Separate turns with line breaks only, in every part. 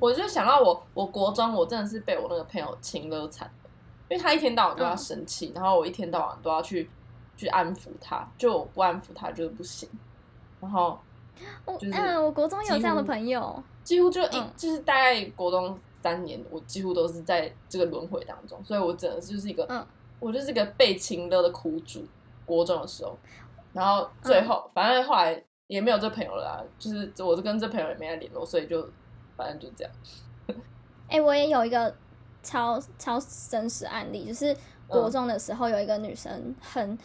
我就想到我，我国中我真的是被我那个朋友亲勒惨了，因为他一天到晚
嗯
都要生气，然后我一天到晚都要去去安抚他，就我不安抚他就是不行，然后
我
就是
嗯，我国中有这样的朋友，
几乎就一、
嗯
就是大概国中三年，我几乎都是在这个轮回当中，所以我真的就是一个，
嗯
我就是一个被情勒的苦主。国中的时候，然后最
嗯
后、反正后来也没有这朋友了啦，就是我是跟这朋友也没在联络，所以就反正就这样。
哎、我也有一个超超真实案例，就是
嗯
国中的时候有一个女生很。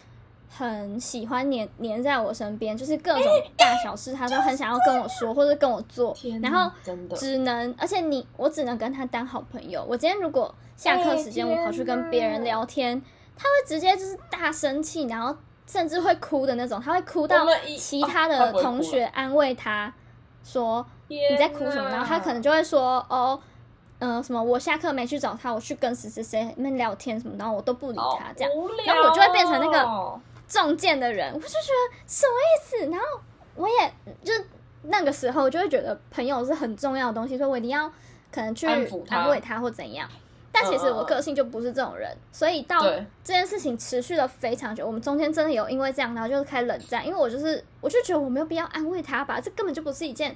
很喜欢黏黏在我身边，就是各种大小事，她都很想要跟我说或者跟我做，然后
真的
只能，而且你我只能跟他当好朋友。我今天如果下课时间
哎天
我跑去跟别人聊天，他会直接就是大生气，然后甚至会哭的那种，他会哭
我
到
们一
其
哦他
他的
不会哭
同学安慰他说
你
你在哭什么，然后他可能就会说哦。嗯、什么？我下课没去找他，我去跟谁谁谁们聊天什么，然后我都不理
哦
他，这样。然后我就会变成那个中箭的人，我就觉得什么意思？然后我也就是那个时候就会觉得朋友是很重要的东西，所以我一定要可能去
安抚他嗯
安慰他或怎样。但其实我个性就不是这种人，所以到
对
这件事情持续了非常久，我们中间真的有因为这样，然后就开始冷战，因为我就是我就觉得我没有必要安慰他吧，这根本就不是一件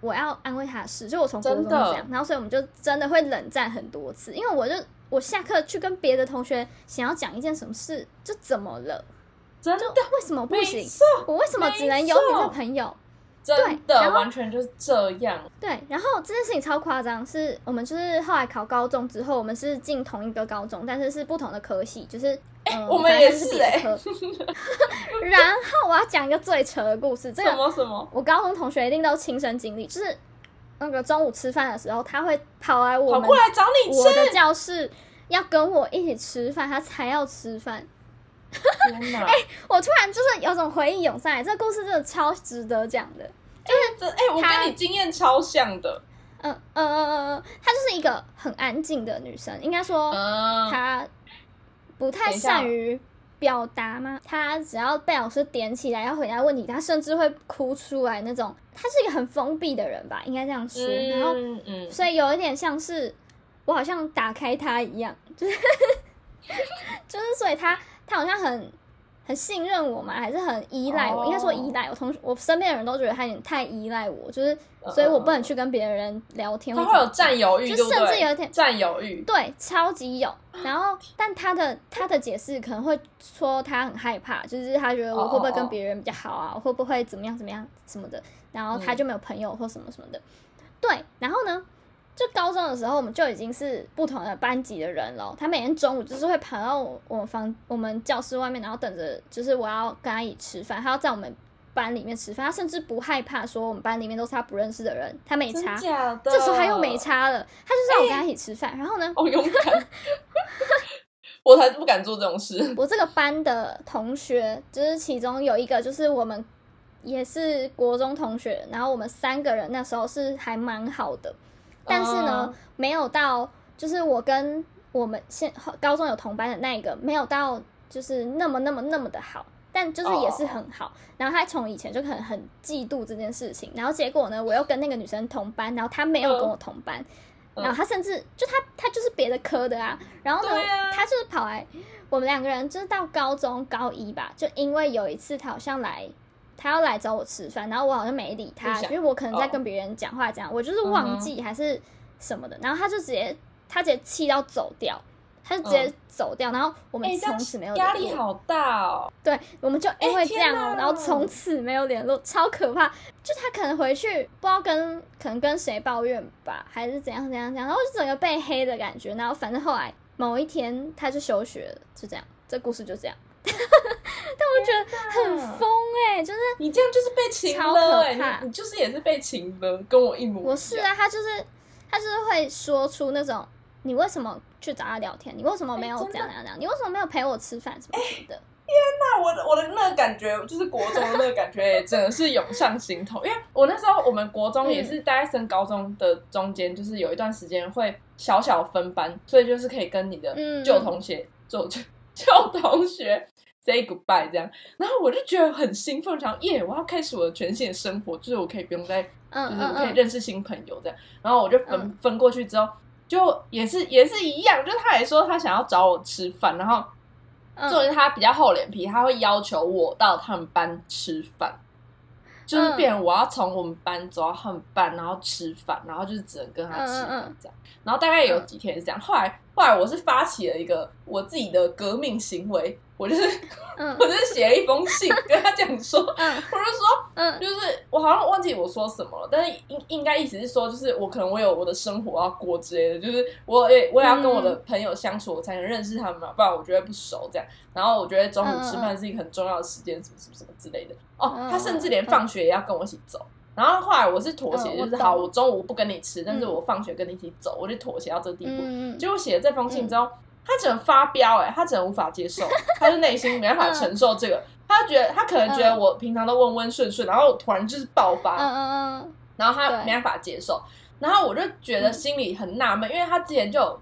我要安慰他的事，就我从国中
真
就
的
这样，然后所以我们就真的会冷战很多次，因为我就我下课去跟别的同学想要讲一件什么事，就怎么了？
哦真
就
的
为什么不
啊没
行？
错
我为什么只能有你这朋友？
真
对然
的
后
完全就是这样，
对，然后这件事情超夸张，是我们就是后来考高中之后，我们是进同一个高中，但是是不同的科系，就是、嗯，
哎我们
反正
也
就是别的
欸
科然后我要讲一个最扯的故事，这
什
个
么什么
我高中同学一定都亲身经历，就是那个中午吃饭的时候，他会跑来我
跑
们
过来找 你
我的
吃，
教室，要跟我一起吃饭，他才要吃饭。
天哪！
我突然就是有种回忆涌上来，这个故事真的超值得讲的。
这哎，我
他
跟你经验超像的，
嗯嗯嗯嗯嗯，她就是一个很安静的女生，应该说
嗯，
她不太
等一下
善于表达嘛。她只要被老师点起来要回答问题，她甚至会哭出来那种。她是一个很封闭的人吧，应该这样说。然后，
嗯嗯，
所以有一点像是我好像打开她一样， 就是就是，所以她她好像很。很信任我嘛，还是很依赖我
哦
应该说依赖我同学，我身边的人都觉得她有点太依赖我，就是
嗯
所以我不能去跟别人聊天或
他
怎
会
么样。
有占有欲，
就
对不对？
甚至有点
占有欲，
对，超级有。
啊
然后，但他的他的解释可能会说他很害怕，就是他觉得我会不会
哦哦
跟
哦
别人比较好啊，我会不会怎么样怎么样什么的，然后他
嗯
就没有朋友或什么什么的。对，然后呢，就高中的时候我们就已经是不同的班级的人了。他每天中午就是会跑到我我们房我们教室外面，然后等着就是我要跟他一起吃饭，他要在我们班里面吃饭，他甚至不害怕说我们班里面都是他不认识的人，他没
真
差。
假的？
这时候他又没差了，他就是让我跟他一起吃饭，然后呢，
好勇敢， 我才不敢做这种事。
我这个班的同学，就是其中有一个，就是我们也是国中同学，然后我们三个人那时候是还蛮好的，但是呢，
嗯
没有到就是我跟我们现高中有同班的那一个，没有到就是那么那么那么的好，但就是也是很好。然后他从以前就很很嫉妒这件事情，然后结果呢，我又跟那个女生同班，然后她没有跟我同班，
嗯
然后她甚至就她她就是别的科的啊，然后呢
对，啊
她就是跑来我们两个人就是到高中高一吧，就因为有一次她好像来。她要来找我吃饭，然后我好像没理她，
不想
因为我可能在
哦
跟别人讲话，这样、我就是
嗯
忘
哼
记还是什么的，然后她就直接她直接气到走掉，她就直接
嗯
走掉，然后 我们
哎这样
从此没有
压
联
力
络
好大哦，
对，我们就因为这样
天
哦、
哪
然后从此没有联络，超可怕。就他可能回去不知道跟可能跟谁抱怨吧，还是怎样怎样怎样，然后就整个被黑的感觉。然后反正后来某一天他就休学了，就这样，这故事就这样。
嗯
但我觉得很疯哎、就是
你这样就是被情
超
了、
可
欸，
怕
你你就是也是被情了，跟我一模一样。
我是啊，他就是他就是会说出那种你为什么去找他聊天，你为什么没有
哎真的
怎
哎
样怎样怎样，你为什么没有陪我吃饭什么什么的。
那我的我的那个感觉，就是国中的那个感觉，也真的是涌上心头。因为我那时候我们国
嗯
中也是大概升高中的中间，就是有一段时间会小小分班，所以就是可以跟你的
嗯
旧同学、旧旧旧同学 say goodbye 这样，然后我就觉得很兴奋，想耶，我要开始我的全新的生活，就是我可以不用再，
嗯
就是
嗯
我可以
嗯，
认识新朋友这样。然后我就分、
嗯
分过去之后，就也是也是一样，就是他也说他想要找我吃饭，然后
嗯
作为他比较厚脸皮，他会要求我到他们班吃饭，就是
嗯
变成我要从我们班走到他们班，然后吃饭，然后就是只能跟他吃
嗯嗯
饭
嗯
这样。然后大概有几天是这样，后来后来我是发起了一个我自己的革命行为，我就是
嗯
我就是写了一封信跟他讲说，我
嗯
就说
嗯
就是我好像忘记我说什么了，但是应应该意思是说，就是我可能我有我的生活要过之类的，就是我也我也要跟我
嗯
的朋友相处，我才能认识他们嘛，不然我觉得不熟这样。然后我觉得中午吃饭是一个很重要的时间，什么什么什么之类的。哦
嗯，
他甚至连放学也要跟我一起走。然后后来我是妥协，
嗯
就
我
是
懂
好，我中午不跟你吃，但是
嗯
我放学跟你一起走，我就妥协到这个地步。
嗯，
结果写了这封信之后，他只能发飙、欸，哎，他只能无法接 受，他就内心没办法承受这个，他觉得他可能觉得
嗯
我平常都温温顺顺，然后我突然就是爆
嗯
发，
嗯嗯
然后他
对
没办法接受，然后我就觉得心里很纳闷，因为他之前就有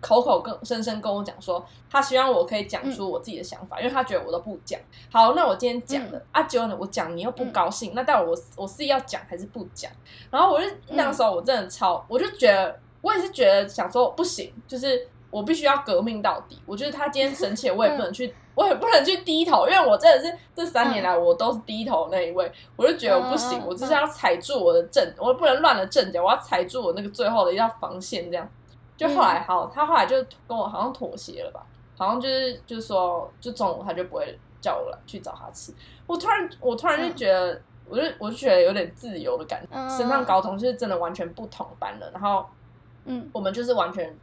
口口跟深深跟我讲说，他希望我可以讲出我自己的想法，因为他觉得我都不讲。好，那我今天讲了、啊，结果呢，我讲你又不高兴，那到底我我是要讲还是不讲？然后我就那时候我真的超，我就觉得我也是觉得想说不行，就是。我必须要革命到底。我觉得他今天生气，我也不能去，我也不能去低头，因为我真的是这三年来我都是低头那一位。我就觉得我不行
嗯，嗯
我就是要踩住我的阵，我不能乱了阵脚，我要踩住我那个最后的一道防线，这样。就后
嗯
来好，他后来就跟我好像妥协了吧，好像就是就是说，就中午他就不会叫我来去找他吃。我突然我突然就觉得，我就我就觉得有点自由的感觉，
嗯
升上高中就是真的完全不同班了，然后
嗯
我们就是完全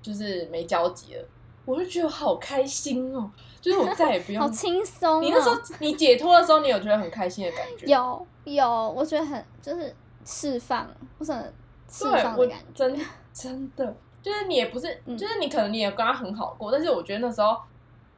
就是没交集了，我就觉得好开心哦，就是我再也不
嗯，
用
好轻松。
你那时候你解脱的时候，你有觉得很开心的感觉？
有有，我觉得很就是释放，我是很释
对，
放
我
的感觉。
真 真的就是你也不是，
嗯
就是你可能你也跟他很好过，但是我觉得那时候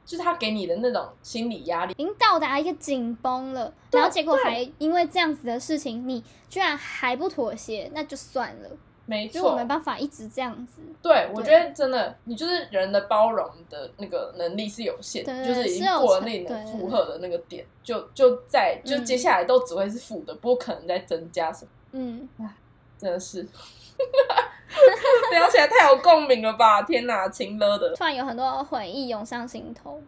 就是他给你的那种心理压力，
已经到达一个紧绷了，然后结果还因为这样子的事情，你居然还不妥协，那就算了，
没
就我
错
没，办法一直这样子。
对我觉得真的，你就是人的包容的那个能力是有限的，
对
就是已
是
经
有
过了
成
那能
对
负荷的那个点，就就在就
嗯
接下来都只会是负的，不可能再增加什么，
嗯，
真的是。 聊起来太有共鸣了吧！天哪，情了的。
突然有很多回忆涌上心头。